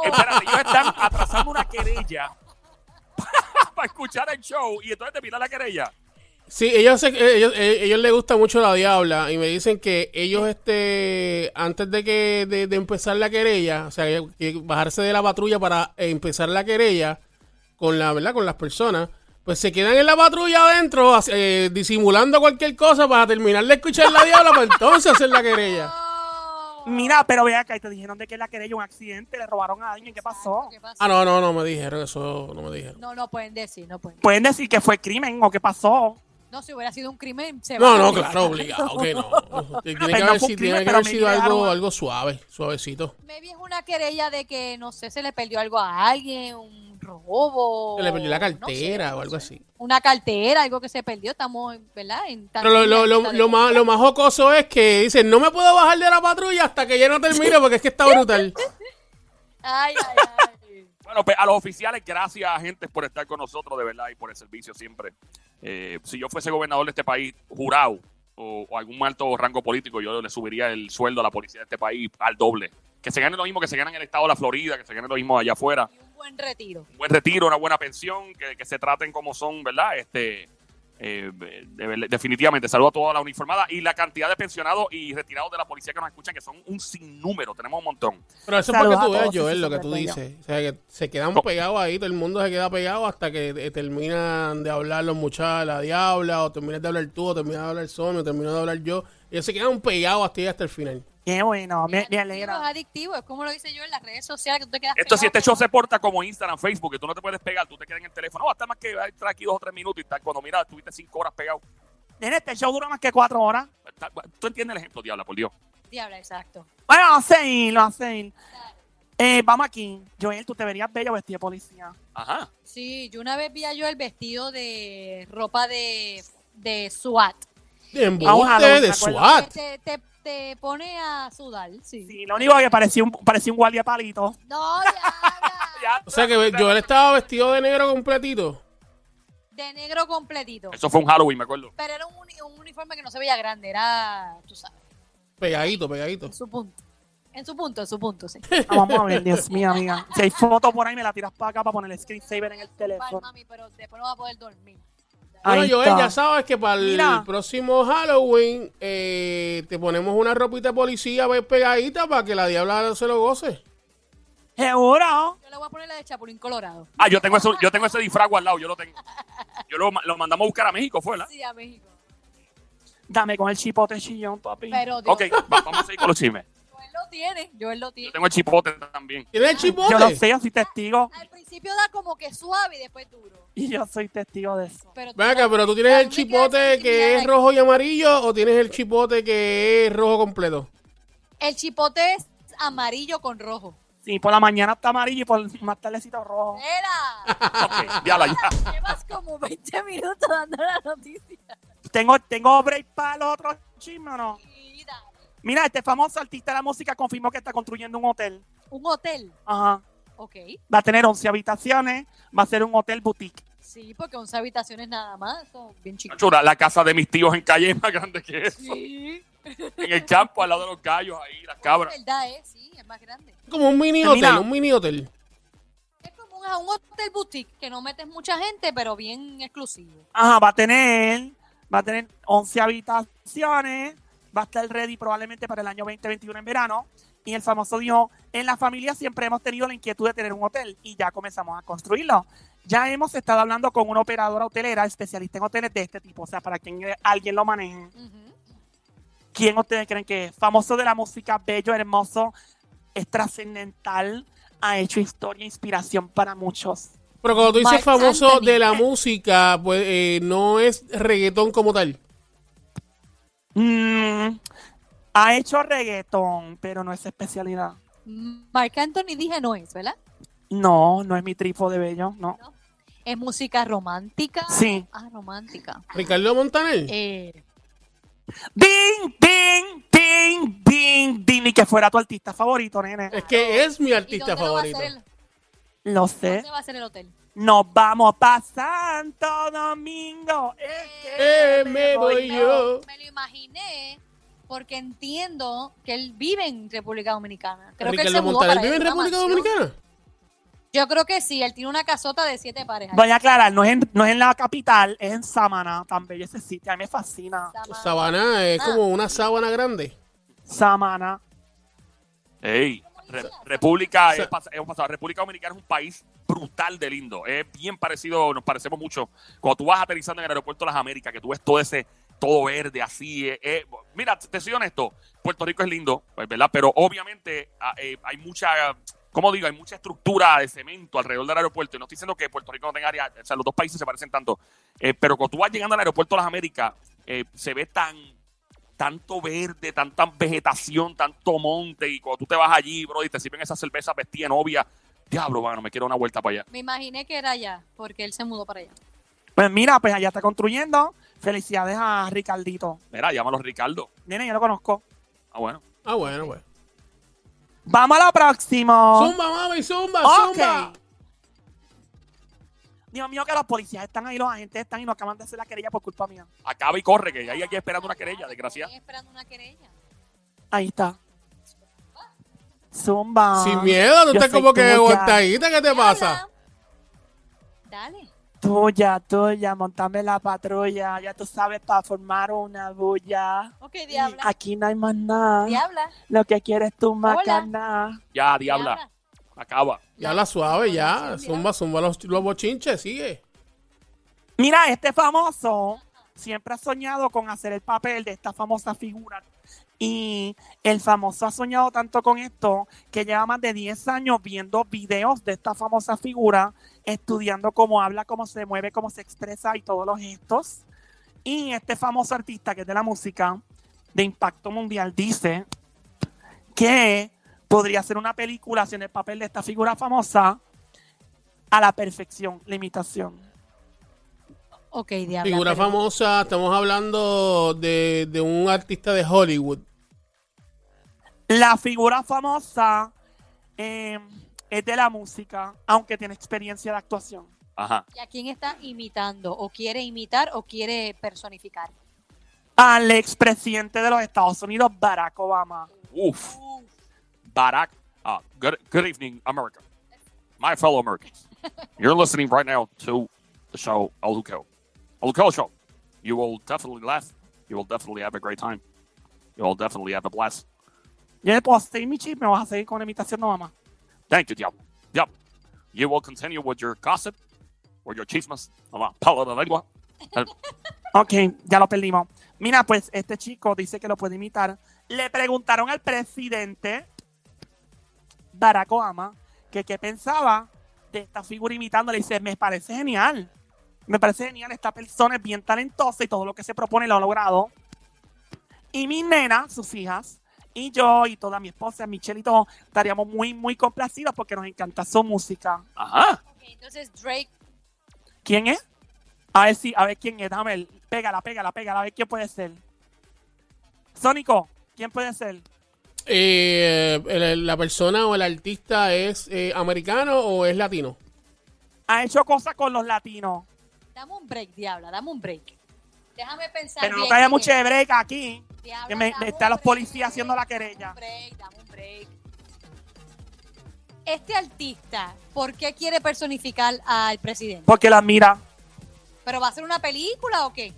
Espérate, ellos están atrasando una querella para escuchar el show y entonces te pida la querella. Sí, ellos, se- ellos, eh, ellos les gusta mucho la diabla y me dicen que ellos, este, antes de que de, de empezar la querella, o sea, que bajarse de la patrulla para eh, empezar la querella con la, ¿verdad? Con las personas, pues se quedan en la patrulla adentro as- eh, disimulando cualquier cosa para terminar de escuchar la diabla para entonces hacer la querella. Mira, pero ve acá, y te dijeron de que la querella un accidente, le robaron a alguien, ¿qué pasó? ¿Qué pasó? Ah, no, no, no me dijeron eso, no me dijeron. No, no pueden decir, no pueden. Pueden decir que fue crimen o qué pasó. No, si hubiera sido un crimen, se No, va. no, claro, obligado, que no. Tiene que Pero no haber, fue si- un crimen, tiene que pero haber me sido algo, llegaron a- algo suave, suavecito. Me vi una querella de que, no sé, se le perdió algo a alguien, un robo. Se le perdió la Oh, no sé, cartera no o algo sé. así. Una cartera, algo que se perdió, estamos, ¿verdad? En tan- Pero lo, lo, lo, de- lo más, lo más jocoso es que dicen, no me puedo bajar de la patrulla hasta que ya no termine porque es que está brutal. Ay, ay, ay. Bueno, pues a los oficiales, gracias, agentes, por estar con nosotros, de verdad, y por el servicio siempre. Eh, si yo fuese gobernador de este país, jurado, o, o algún alto rango político, yo le subiría el sueldo a la policía de este país al doble. Que se gane lo mismo que se gana en el estado de la Florida, que se gane lo mismo allá afuera. Y un buen retiro. Un buen retiro, una buena pensión, que, que se traten como son, ¿verdad? Este, eh, de- definitivamente, saludo a toda la uniformada y la cantidad de pensionados y retirados de la policía que nos escuchan, que son un sinnúmero, tenemos un montón. Pero eso es porque Saludos a tú veas, todos, sí, Joel, sí, lo que súper tú bello. dices. O sea, que se quedan No. pegados ahí, todo el mundo se queda pegado hasta que eh, terminan de hablar los muchachos, la diabla, o terminas de hablar tú, o terminas de hablar Sonia, o terminas de hablar yo. Ellos se quedan pegados hasta ahí hasta el final. Qué bueno, me, me Es adictivo, alegra. Es adictivo, es como lo hice yo en las redes sociales, que tú te quedas Esto, si pegado, este show pegado. se porta como Instagram, Facebook, que tú no te puedes pegar, tú te quedas en el teléfono, va a estar más que va a estar aquí dos o tres minutos y tal. Cuando mira, estuviste cinco horas pegado. Nene, este show dura más que cuatro horas. Está- Tú entiendes el ejemplo, diabla, por Dios. Diabla, exacto. Bueno, lo hacen, lo hacen. Eh, vamos aquí. Joel, tú te verías bello vestido de policía. Ajá. Sí, yo una vez vi a yo el vestido de ropa de, de SWAT. De Vamos a embuste, los- de ¿te acuerdas? SWAT. Te, te, te pone a sudar, sí. Sí, lo único que parecía un, parecía un guardia palito. No, diabla. Ya. O sea que Joel estaba vestido de negro completito. de negro completito. Eso fue un Halloween, me acuerdo. Pero era un, uni- un uniforme que no se veía grande, era, tú sabes, Pegadito, pegadito. en su punto. En su punto, en su punto, sí. Ah, vamos a ver, Dios mío, amiga. Si hay fotos por ahí, me la tiras para acá para poner el screensaver en el Zumbar, teléfono. mami, pero después no va a poder dormir. Bueno, Ahí Joel, está. ya sabes que para el Mira. próximo Halloween eh, te ponemos una ropita de policía ve, pegadita para que la diabla se lo goce. Seguro. Yo le voy a poner la de Chapulín Colorado. Ah, yo tengo, eso, yo tengo ese disfraz al lado, yo lo tengo. Yo lo, ma- lo mandamos a buscar a México, fue, ¿verdad? Sí, a México. Dame con el chipote chillón, papi. Pero Dios, Ok, va- vamos a seguir con los chismes. Joel lo tiene. Joel lo Yo tiene. tengo el chipote también. ¿Tienes el chipote? Yo lo sé, yo soy testigo. Al principio da como que suave y después duro. Y yo soy testigo de eso. Pero Ven acá, pero tú tienes la el única chipote que sensibilidad es es- rojo y amarillo o tienes el chipote que es rojo completo. El chipote es amarillo con rojo. Sí, por la mañana está amarillo y por más tardecito rojo. Era. Ok, ya la ya. Llevas como 20 minutos dando la noticia. Tengo, tengo break para los otros chismes, ¿o ¿no? Y dale. Mira, este famoso artista de la música confirmó que está construyendo un hotel. Un hotel. Ajá. Ok. Va a tener 11 habitaciones. Va a ser un hotel boutique. Sí, porque 11 habitaciones nada más. Son bien chicos. Chura, la casa de mis tíos en calle es más grande que eso. Sí. En el campo, al lado de los gallos, ahí, las cabras. verdad, ¿eh? Sí, es más grande. Como un mini Pues mira. hotel, un mini hotel. Es como un, un hotel boutique que no metes mucha gente, pero bien exclusivo. Ajá, va a tener, va a tener 11 habitaciones, va a estar ready probablemente para el año 2021 en verano. Y el famoso dijo, en la familia siempre hemos tenido la inquietud de tener un hotel y ya comenzamos a construirlo. Ya hemos estado hablando con una operadora hotelera especialista en hoteles de este tipo, o sea, para que alguien lo maneje. Ujú. ¿Quién ustedes creen que es? Famoso de la música, bello, hermoso, es trascendental, ha hecho historia e inspiración para muchos. Pero cuando tú Marc dices famoso Anthony. de la música, pues eh, no es reggaetón como tal. Mm, ha hecho reggaetón, pero no es especialidad. Marc Anthony dije no es, ¿verdad? No, no es mi trifo de bello, no. Es música romántica. Sí. Ah, romántica. Ricardo Montaner. Eh, Ding, ding, ding, ding, ding, ni que fuera tu artista favorito, nene. es que es mi ¿Y artista dónde lo va a hacer favorito. el- Lo sé. dónde va a ser el hotel? Nos vamos para Santo Domingo. Es que Eh, me voy Me yo. lo, me lo imaginé porque entiendo que él vive en República Dominicana. Creo que él se Ricardo mudó Montaner para vive en allá, República una mansión. Dominicana. Yo creo que sí, él tiene una casota de siete pares. ahí. Voy a aclarar, no es, en, no es en la capital, es en Samaná, tan bello ese sitio, a mí me fascina. Sama- Sabana es Ah. como una sábana grande. Samaná. Ey, Re- República, es pas- hemos pasado. República Dominicana es un país brutal de lindo. Es bien parecido, nos parecemos mucho. Cuando tú vas aterrizando en el aeropuerto de las Américas, que tú ves todo ese, todo verde, así. eh, eh, mira, te soy honesto, Puerto Rico es lindo, pues, ¿verdad? Pero obviamente ah, eh, hay mucha, ¿cómo digo? Hay mucha estructura de cemento alrededor del aeropuerto. Y no estoy diciendo que Puerto Rico no tenga área, o sea, los dos países se parecen tanto. Eh, pero cuando tú vas llegando al aeropuerto de las Américas, eh, se ve tan tanto verde, tanta vegetación, tanto monte, y cuando tú te vas allí, bro, y te sirven esas cervezas vestidas de novia, diablo, mano, me quiero una vuelta para allá. Me imaginé que era allá, porque él se mudó para allá. Pues mira, pues allá está construyendo. Felicidades a Ricardito. Mira, llámalo Ricardo. Nene, yo lo conozco. Ah, bueno. Ah, bueno, pues. Vamos a la próxima. Zumba, mami, zumba, Oh. Ok. zumba. Dios mío, que los policías están ahí, los agentes están y nos acaban de hacer la querella por culpa mía. Acaba y corre, que hay aquí esperando una querella, desgraciada. Están esperando una querella. Ahí está. Zumba. Sin miedo, tú Ah. Yo estás soy como que tuya, aguantadita, ¿qué te Habla. pasa? Dale. Tuya, tuya, montame la patrulla. Ya tú sabes, para formar una bulla. Ok, diabla. Aquí no hay más nada. Diabla. Lo que quieres es tu macana. Ya, diabla, acaba. Ya la suave, ya. Sí, Zumba, zumba los, los bochinches, sigue. Mira, este famoso siempre ha soñado con hacer el papel de esta famosa figura. Y el famoso ha soñado tanto con esto que lleva más de 10 años viendo videos de esta famosa figura, estudiando cómo habla, cómo se mueve, cómo se expresa y todos los gestos. Y este famoso artista que es de la música de impacto mundial dice que podría hacer una película haciendo el papel de esta figura famosa a la perfección, la imitación. Ok, diabla. Figura pero- famosa, estamos hablando de, de un artista de Hollywood. La figura famosa eh, es de la música, aunque tiene experiencia de actuación. Ajá. ¿Y a quién está imitando? ¿O quiere imitar o quiere personificar? Al expresidente de los Estados Unidos, Barack Obama. Uf. Barack. ah, good, good evening, America. My fellow Americans. You're listening right now to the show El Juqueo. Old Cole Show. You will definitely laugh. You will definitely have a great time. You will definitely have a blast. Yo le puedo seguir mi chisme, vas a seguir con la imitación no mamá. Thank you, Diablo. Diablo. You will continue with your gossip or your chismes about Palo de Lengua. And Ok, ya lo perdimos. Mira, pues este chico dice que lo puede imitar. Le preguntaron al presidente Barack Obama que qué pensaba de esta figura imitándole. Y dice, me parece genial. Me parece genial. Esta persona es bien talentosa y todo lo que se propone lo ha logrado. Y mis nenas, sus hijas, y yo, y toda mi esposa, Michelle y todo, estaríamos muy, muy complacidos porque nos encanta su música. Ajá. Ok, entonces Drake, ¿Quién es? A ver si, a ver quién es. Déjame ver. Pégala, pégala, pégala. A ver quién puede ser. Sónico, ¿quién puede ser? Eh, el- ¿La persona o el artista es eh, americano o es latino? Ha hecho cosas con los latinos. dame un break, Diabla, dame un break. Déjame pensar. Pero no bien te haya quién mucho es. de break aquí. Diabla, que me- dame están un los policías haciendo la querella. Dame un break, dame un break. Este artista, ¿por qué quiere personificar al presidente? Porque la mira. ¿Pero va a ser una película o qué?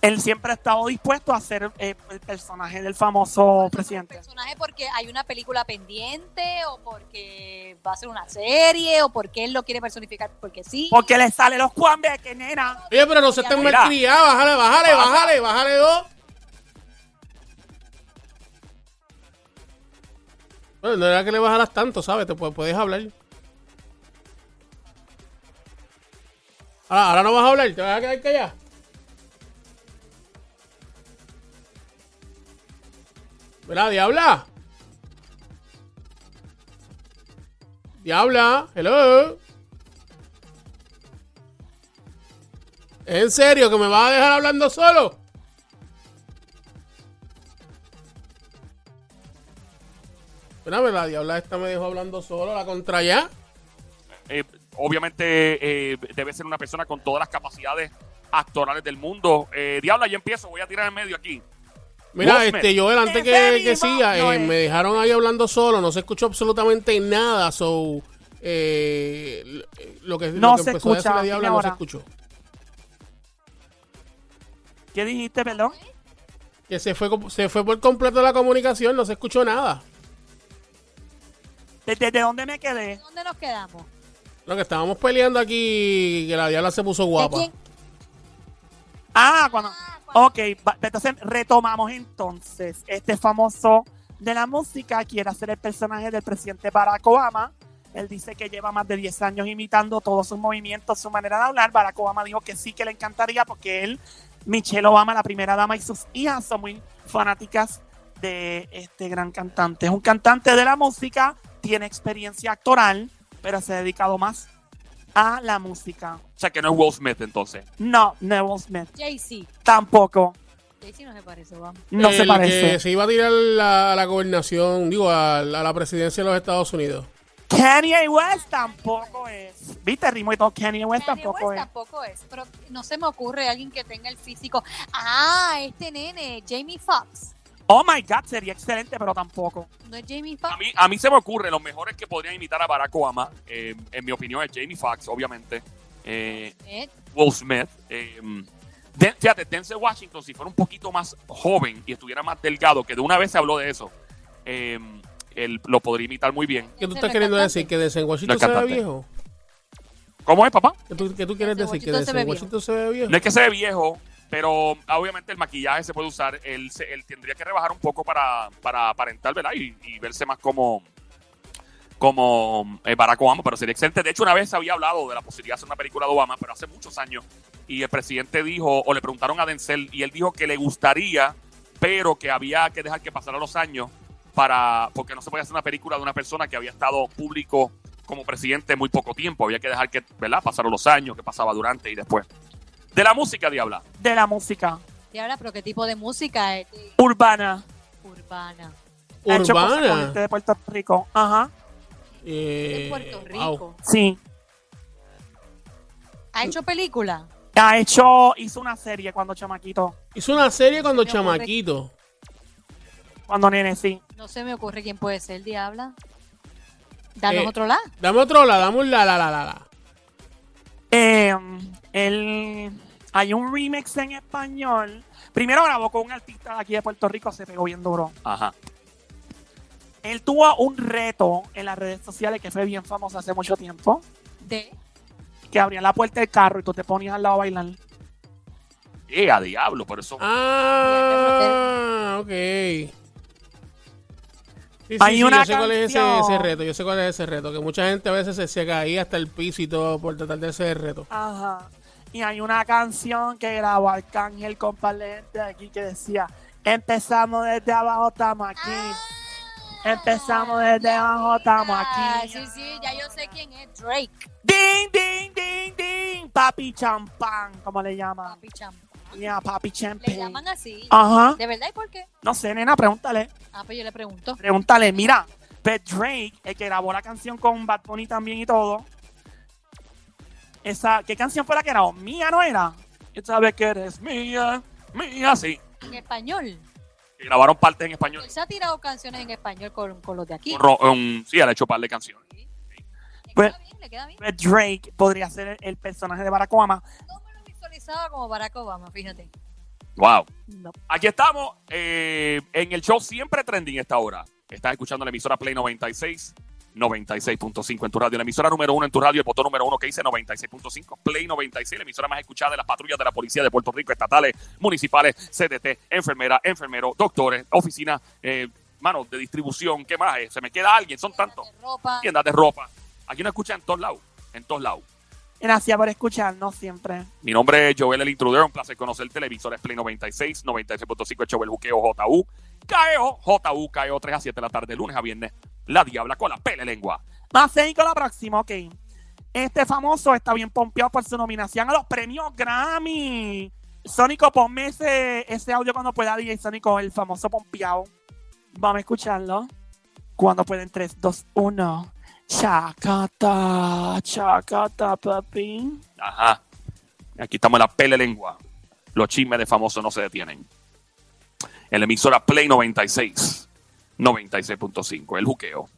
Él siempre ha estado dispuesto a ser eh, el personaje del famoso ¿Un presidente. personaje porque hay una película pendiente o porque va a ser una serie o porque él lo quiere personificar porque sí? Porque le sale los cuambeques, nena. Oye, pero no se estén Mira. malcriados. Bájale, bájale, Baja. bájale, bájale dos. Bueno, no era que le bajaras tanto, ¿sabes? Te pu- puedes hablar. Ahora, ahora no vas a hablar, te vas a quedar callado. Mira, diabla. Diabla, hello. ¿En serio que me vas a dejar hablando solo? Espérame, la diabla esta me dejó hablando solo, la contra ya. Eh, obviamente eh, debe ser una persona con todas las capacidades actorales del mundo. Eh, Diabla, yo empiezo. Voy a tirar en medio aquí. Mira, Wolfman. este, yo delante Ese que, que mismo, siga, no eh, es. me dejaron ahí hablando solo, no se escuchó absolutamente nada, so... eh, lo que, No lo que se empezó a decir escucha, la dime diabla no se ahora. escuchó. ¿Qué dijiste, perdón? Que se fue, com- se fue por completo la comunicación, no se escuchó nada. ¿Desde de dónde me quedé? ¿Dónde nos quedamos? Lo que estábamos peleando aquí, que la diabla se puso guapa. ¿De quién? Ah, cuando. Ah, cuando- Ok, va- entonces retomamos entonces. Este famoso de la música quiere hacer el personaje del presidente Barack Obama. Él dice que lleva más de 10 años imitando todos sus movimientos, su manera de hablar. Barack Obama dijo que sí, que le encantaría porque él, Michelle Obama, la primera dama y sus hijas son muy fanáticas de este gran cantante. Es un cantante de la música, tiene experiencia actoral, pero se ha dedicado más a la música. O sea, que no es Will Smith entonces. No, Neville Smith, Jay-Z. tampoco. Jay-Z no se parece, vamos. No se El parece. que se iba a tirar la- a la gobernación, digo, a, a la presidencia de los Estados Unidos. Kanye West tampoco es. ¿Viste el ritmo y todo? Kanye West Kanye Pues tampoco West es. tampoco es, pero no se me ocurre alguien que tenga el físico. Ah, este nene, Jamie Foxx. Oh my God, sería excelente, pero tampoco. ¿No es Jamie A Foxx? mí, a mí se me ocurre, los mejores que podrían imitar a Barack Obama, eh, en mi opinión, es Jamie Foxx, obviamente. Eh, Eh, Will Smith. eh, Den- fíjate, Denzel Washington, si fuera un poquito más joven y estuviera más delgado, que de una vez se habló de eso, eh, él lo podría imitar muy bien. ¿Qué tú Ese estás no es queriendo cantante. decir? ¿Que de No Washington es se ve cantante. viejo? ¿Cómo es, papá? ¿Qué tú, qué tú quieres Denzel decir? Washington se ¿Que ve de viejo. Washington se ve viejo? No es que se ve viejo, pero ah, obviamente el maquillaje se puede usar. Él, se- él tendría que rebajar un poco para, para aparentar, ¿verdad? Y, y verse más como, como eh, Barack Obama, pero sería excelente. De hecho, una vez se había hablado de la posibilidad de hacer una película de Obama, pero hace muchos años. Y el presidente dijo, o le preguntaron a Denzel, y él dijo que le gustaría, pero que había que dejar que pasaran los años para porque no se podía hacer una película de una persona que había estado público como presidente muy poco tiempo. Había que dejar que, ¿verdad? Pasaron los años, que pasaba durante y después. De la música, Diabla. De la música Y ahora, pero ¿qué tipo de música es? De- urbana. Urbana. Ha hecho cosas con Urbana. gente de Puerto Rico. Ajá, Eh, De Puerto wow. Rico. sí. ¿Ha hecho película? Ha hecho, hizo una serie cuando chamaquito, Hizo una serie cuando Me ocurre- chamaquito. cuando nene, sí. No se me ocurre quién puede ser, Diabla. Danos Eh, otro lado. Dame otro la, dame un la, la, la, la, la. Eh, Em, él Hay un remix en español. Primero grabó con un artista de aquí de Puerto Rico, se pegó bien duro. Ajá. Él tuvo un reto en las redes sociales que fue bien famoso hace mucho tiempo, De. que abrían la puerta del carro y tú te ponías al lado a bailar. Eh, a diablo, por eso. Ah, ok. Sí, sí, Hay sí, una yo sé cuál es ese, canción. ese reto, yo sé cuál es ese reto, que mucha gente a veces se, se caía hasta el piso y todo por tratar de hacer el reto. Ajá. Y hay una canción que grabó Arcángel con Palente aquí que decía: Empezamos desde abajo, estamos aquí. Ah, Empezamos desde abajo, estamos Ah, aquí. sí, sí, ya yo sé quién es Drake, Ding, ding, ding, ding. Papi champán, como le llaman. papi champ. Yeah, papi Le champán. llaman así. Ajá. ¿De verdad y por qué? No sé, nena, pregúntale. Ah, pues yo le pregunto. Pregúntale, mira. But Drake, el que grabó la canción con Bad Bunny también y todo. Esa, ¿Qué canción fue la que grabó? Mía no era. Tú sabes que eres mía, mía, sí. En español. Que grabaron partes en español. Él se ha tirado canciones en español con, con los de aquí. Ro- um, sí, él ha hecho par de canciones. Le Pues- queda bien, le queda bien. But Drake podría ser el, el personaje de Barack Obama. No me lo visualizaba como Barack Obama, fíjate. Wow. No. Aquí estamos eh, en el show siempre trending esta hora. Estás escuchando la emisora Play 96, 96.5 en tu radio. La emisora número uno en tu radio, el botón número uno que dice 96.5, Play 96, la emisora más escuchada de las patrullas de la policía de Puerto Rico, estatales, municipales, CDT, enfermeras, enfermeros, doctores, oficinas, eh, manos de distribución, ¿qué más? Eh, Se me queda alguien, son tantos. De ropa. Tiendas de ropa. Aquí no escuchan en todos lados, en todos lados. Gracias por escucharnos siempre. Mi nombre es Joel el Intruder, un placer conocer televisores Play 96, 96.5, el show El Juqueo JU, KEO, JU, KEO 3 E a 7 de la tarde, lunes a viernes, La Diabla con la pele lengua. Más seguir con la próxima, ok. Este famoso está bien pompeado por su nominación a los premios Grammy. Sónico, ponme ese, ese audio cuando pueda, DJ Sónico, el famoso pompeado. Vamos a escucharlo. Cuando pueden, 3, 2, 1. Chacata, chacata, papi. Ajá. Aquí estamos en la pele lengua. Los chismes de famosos no se detienen. En la emisora Play 96, 96.5, El Juqueo. O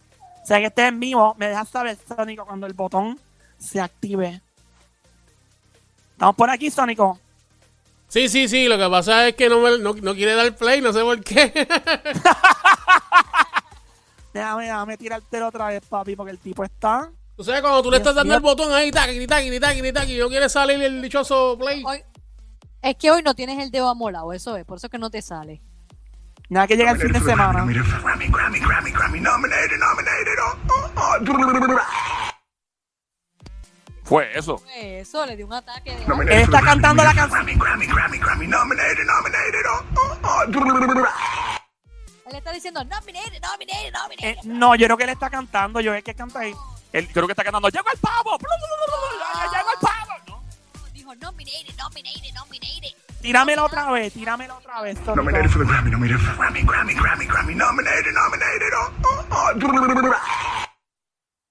sea que esté en vivo, me dejas saber, Sónico, cuando el botón se active. Estamos por aquí, Sónico. Sí, sí, sí, lo que pasa es que no, me- no, no quiere dar play, no sé por qué. Déjame, déjame tirártelo otra vez, papi, porque el tipo está. Tú sabes, cuando tú le Dios estás dando mío. el botón ahí, taqui, taqui, taqui, taqui, y no quiere salir el dichoso play. Hoy- es que hoy no tienes el dedo amolado, eso es, por eso es que no te sale. Nada que llega el fin de semana. Nominated for Grammy, Grammy, Grammy, Grammy, nominated, nominated. Oh, oh, oh. Fue eso. Eso, le dio un ataque de... Nominated Él for está Grammy, cantando la nominated for canción. Grammy, Grammy, Grammy, Grammy, nominated, nominated. Oh, oh, oh. Él está diciendo, nominated, nominated, Eh, nominated. no, yo creo que él está cantando. Yo es que canta ahí. Él creo que está cantando, ¡Llegó el pavo! ¡Llegó el pavo! ¿no? Dijo, nominated, nominated, nominated. Tíramelo otra vez, tíramelo otra vez. Sónico. Nominated for the Grammy, nominated for Grammy, Grammy, Grammy, Grammy, nominated, nominated. Oh, oh, oh.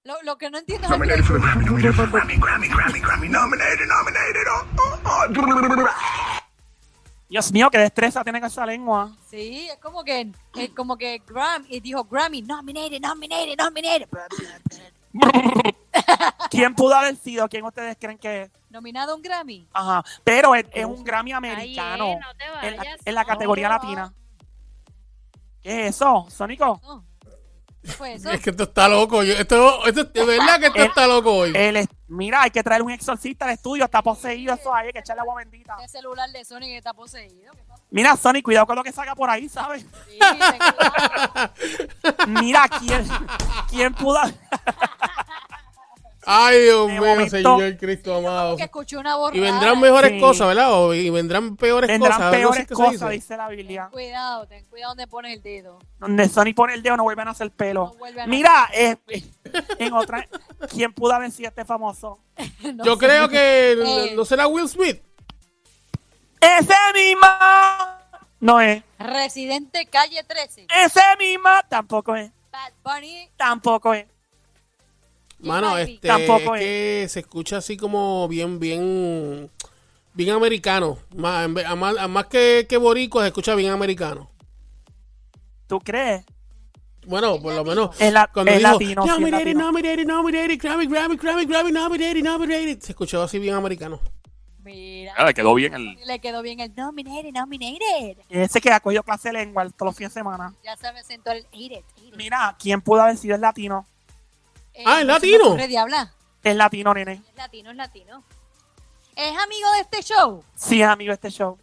Lo, lo que no entiendo es Nominated que... for the Grammy, nominated for Grammy, Grammy, Grammy, Grammy, nominated, nominated. Oh, oh, oh. Dios mío, qué destreza tiene con esa lengua. Sí, es como que, es como que Grammy, y dijo Grammy, nominated, nominated, nominated. ¿Quién pudo haber sido? ¿Quién ustedes creen que es? Nominado a un Grammy. Ajá. Pero es, es un Grammy Ahí, americano. eh, no te en, la, vayas. en la No. categoría latina. ¿Qué es eso, Sónico? No. ¿Qué fue eso? Es que esto está loco. Yo, esto, esto, de verdad que esto Eh, está loco hoy. Él es- mira, hay que traer un exorcista al estudio, está poseído eso ahí, hay que echarle agua bendita. Este celular de Sony que está poseído. ¿qué pasa? Mira, Sony, cuidado con lo que saca por ahí, ¿sabes? Sí, ten cuidado. Mira, ¿quién, quién pudo? Ay, Dios de mío, momento- Señor Cristo amado. que escuché una borrada. Y vendrán mejores Sí. cosas, ¿verdad? O- y vendrán peores Tendrán cosas. algo así peores que se cosas, dice. dice la Biblia. Ten cuidado, ten cuidado donde pones el dedo. Donde Sony pone el dedo no vuelven a hacer No pelo. vuelve a Mira, eh, en otra, ¿quién pudo haber sido este famoso? No Yo sé. creo que Eh. no será Will Smith. ¡Ese mismo! No es. Residente calle 13. ¡Ese mismo! Tampoco es. Bad Bunny. Tampoco es. Mano, Jim Ivey. este Tampoco es que se escucha así como bien, bien, bien americano. Más, en vez- a más, a más que, que boricua se escucha bien americano. ¿Tú crees? Bueno, por lo menos Es la- cuando es digo, latino, sí, es nominated, latino". nominated, nominated, Grammy, Grammy, Grammy, Grammy, nominated, nominated, se escuchaba así bien americano. Mira. Ah, le quedó bien el. Le quedó bien el nominated, nominated. Ese que ha cogido clase de lengua todos los fines de semana. Ya se me sentó el hate it, hate it. Mira, ¿quién pudo haber sido el latino? Eh, Ah, ¿es no se me latino? ocurre, diabla. Es latino, nene. Es latino, es latino. Es amigo de este show. Sí, es amigo, de este show.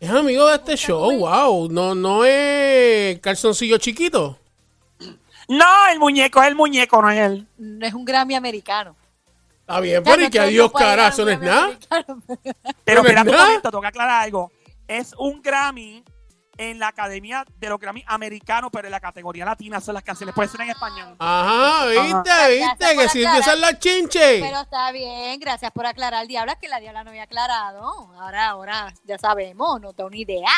Es amigo de este show, wow. No, no es calzoncillo chiquito. No, el muñeco, es el muñeco, no es él. No es un Grammy americano. Está bien, pero y que adiós, cara, eso no es nada. Pero ¿De espera un verdad? momento, tengo que aclarar algo. Es un Grammy en la Academia de los Grammy Americanos, pero en la categoría latina son las canciones. Puede ser en español. Ajá, viste, viste, que por si aclarar. empiezan las chinches. Pero está bien, gracias por aclarar, diabla, que la diabla no había aclarado. Ahora, ahora, ya sabemos, no tengo ni idea.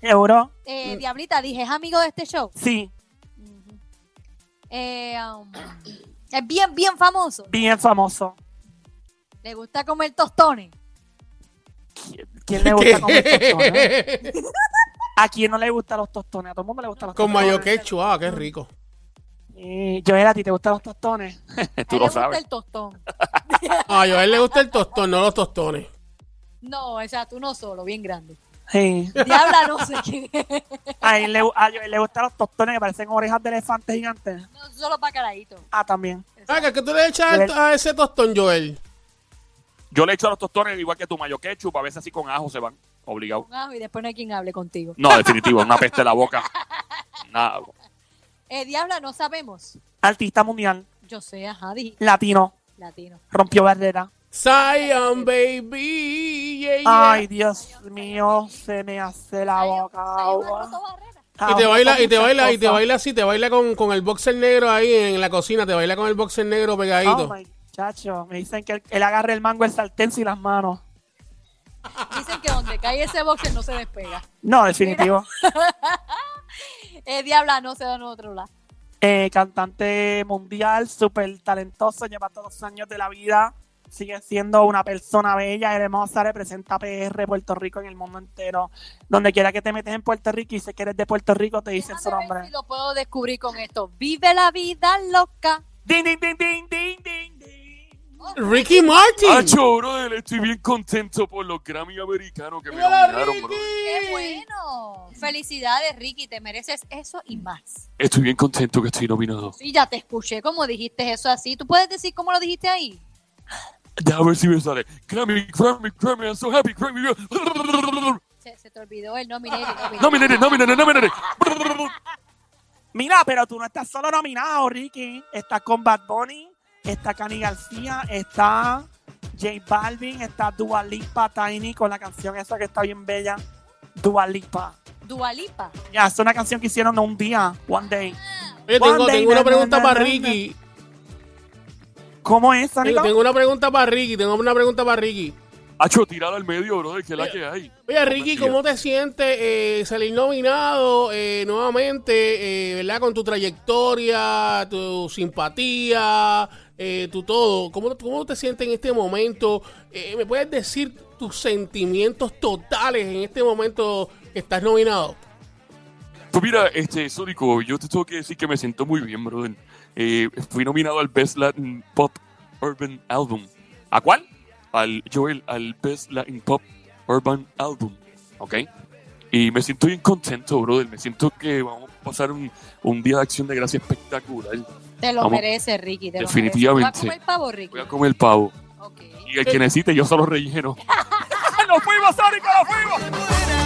¿Seguro? Mm. Eh, Diablita, dije, es amigo de este show. Sí, Ujú. Eh, um, es bien, bien famoso. bien famoso. Le gusta comer tostones. ¿Qui- ¿Quién le gusta comer tostones? ¿A quién no le gustan los tostones? A todo el mundo le gustan los Con tostones. mayo quechua, ah, qué rico. Eh, Joel, ¿a ti te gustan los tostones? Tú A él lo le gusta sabes. el tostón. A Joel le gusta el tostón, no los tostones. No, o sea, tú no solo, bien grande. Sí. Diabla, no sé quién es. A, él le, a Joel le gustan los tostones que parecen orejas de elefante gigantes. No, solo para caradito. Ah, también. Saca, ¿qué tú le echas al- a ese tostón, Joel? Yo le echo a los tostones igual que tu mayo ketchup, a veces así con ajo se van. Obligado. Ah, y después no hay quien hable contigo. No, definitivo, una peste en la boca. Nada. Eh, Diabla, no sabemos. Artista mundial, Yo sé, ajá, dije, latino, latino. rompió barrera. Zion, baby. yeah, yeah. Ay, Dios mío, se me hace la boca agua. Y te baila, y te baila, y te Muchas baila así, te baila con, con el boxer negro ahí en la cocina, te baila con el boxer negro cosas. pegadito. Oh my, chacho, me dicen que él, él agarre el mango, el sartén y las manos. Dicen que donde cae ese boxer no se despega. No, definitivo. Eh, Diabla, no se da en otro lado. Eh, cantante mundial, súper talentoso, lleva todos los años de la vida. Sigue siendo una persona bella, hermosa, representa a PR, Puerto Rico en el mundo entero. Donde quiera que te metes en Puerto Rico y dices que eres de Puerto Rico, te dicen su Déjame ver nombre. si lo puedo descubrir con esto. Vive la vida loca. Ding, ding, ding, ding, ding, ding, ding. Ricky Ah, Martin. Acho, brother, Ah, estoy bien contento por los Grammy americanos que me Hola, nominaron, Ricky. brother. ¡Qué bueno! Felicidades, Ricky. Te mereces eso y más. Estoy bien contento que estoy nominado. Sí, ya te escuché como dijiste eso así. ¿Tú puedes decir cómo lo dijiste ahí? Déjame ver si me sale. Grammy, Grammy, Grammy, I'm so happy, Grammy. Se, se te olvidó el nominated. nominated. Nominated, nominated, nominated. Mira, pero tú no estás solo nominado, Ricky. Estás con Bad Bunny, está Cani García, está J Balvin, está Dua Lipa Tiny con la canción esa que está bien bella. Dua Lipa. Dua Lipa. Ya, es una canción que hicieron un día, One Day. Oye, Eh, tengo, One day, tengo una na, pregunta na, na, para na, Ricky. ¿Cómo es, Tengo, Sónico? tengo una pregunta para Ricky, tengo una pregunta para Ricky. Acho, tirado al medio, brother, que es la que hay. Oye, Ricky, ¿cómo te sientes eh, salir nominado eh, nuevamente, eh, verdad, con tu trayectoria, tu simpatía, eh, tu todo? ¿Cómo, ¿Cómo te sientes en este momento? Eh, ¿Me puedes decir tus sentimientos totales en este momento que estás nominado? Pues mira, este, Sónico, yo te tengo que decir que me siento muy bien, brother. Eh, fui nominado al Best Latin Pop Urban Album. ¿A cuál? Al Joel, al Best Latin Pop Urban Album. ¿Ok? Y me siento bien contento, brother. Me siento que vamos a pasar un, un día de acción de gracia espectacular. Te lo Vamos. mereces, Ricky. Te Definitivamente. Lo mereces. ¿Tú vas a comer pavo, Ricky? Voy a comer pavo. Ok. Y el que necesite, yo solo relleno. ¡Nos fuimos, Sónico, nos fuimos! buena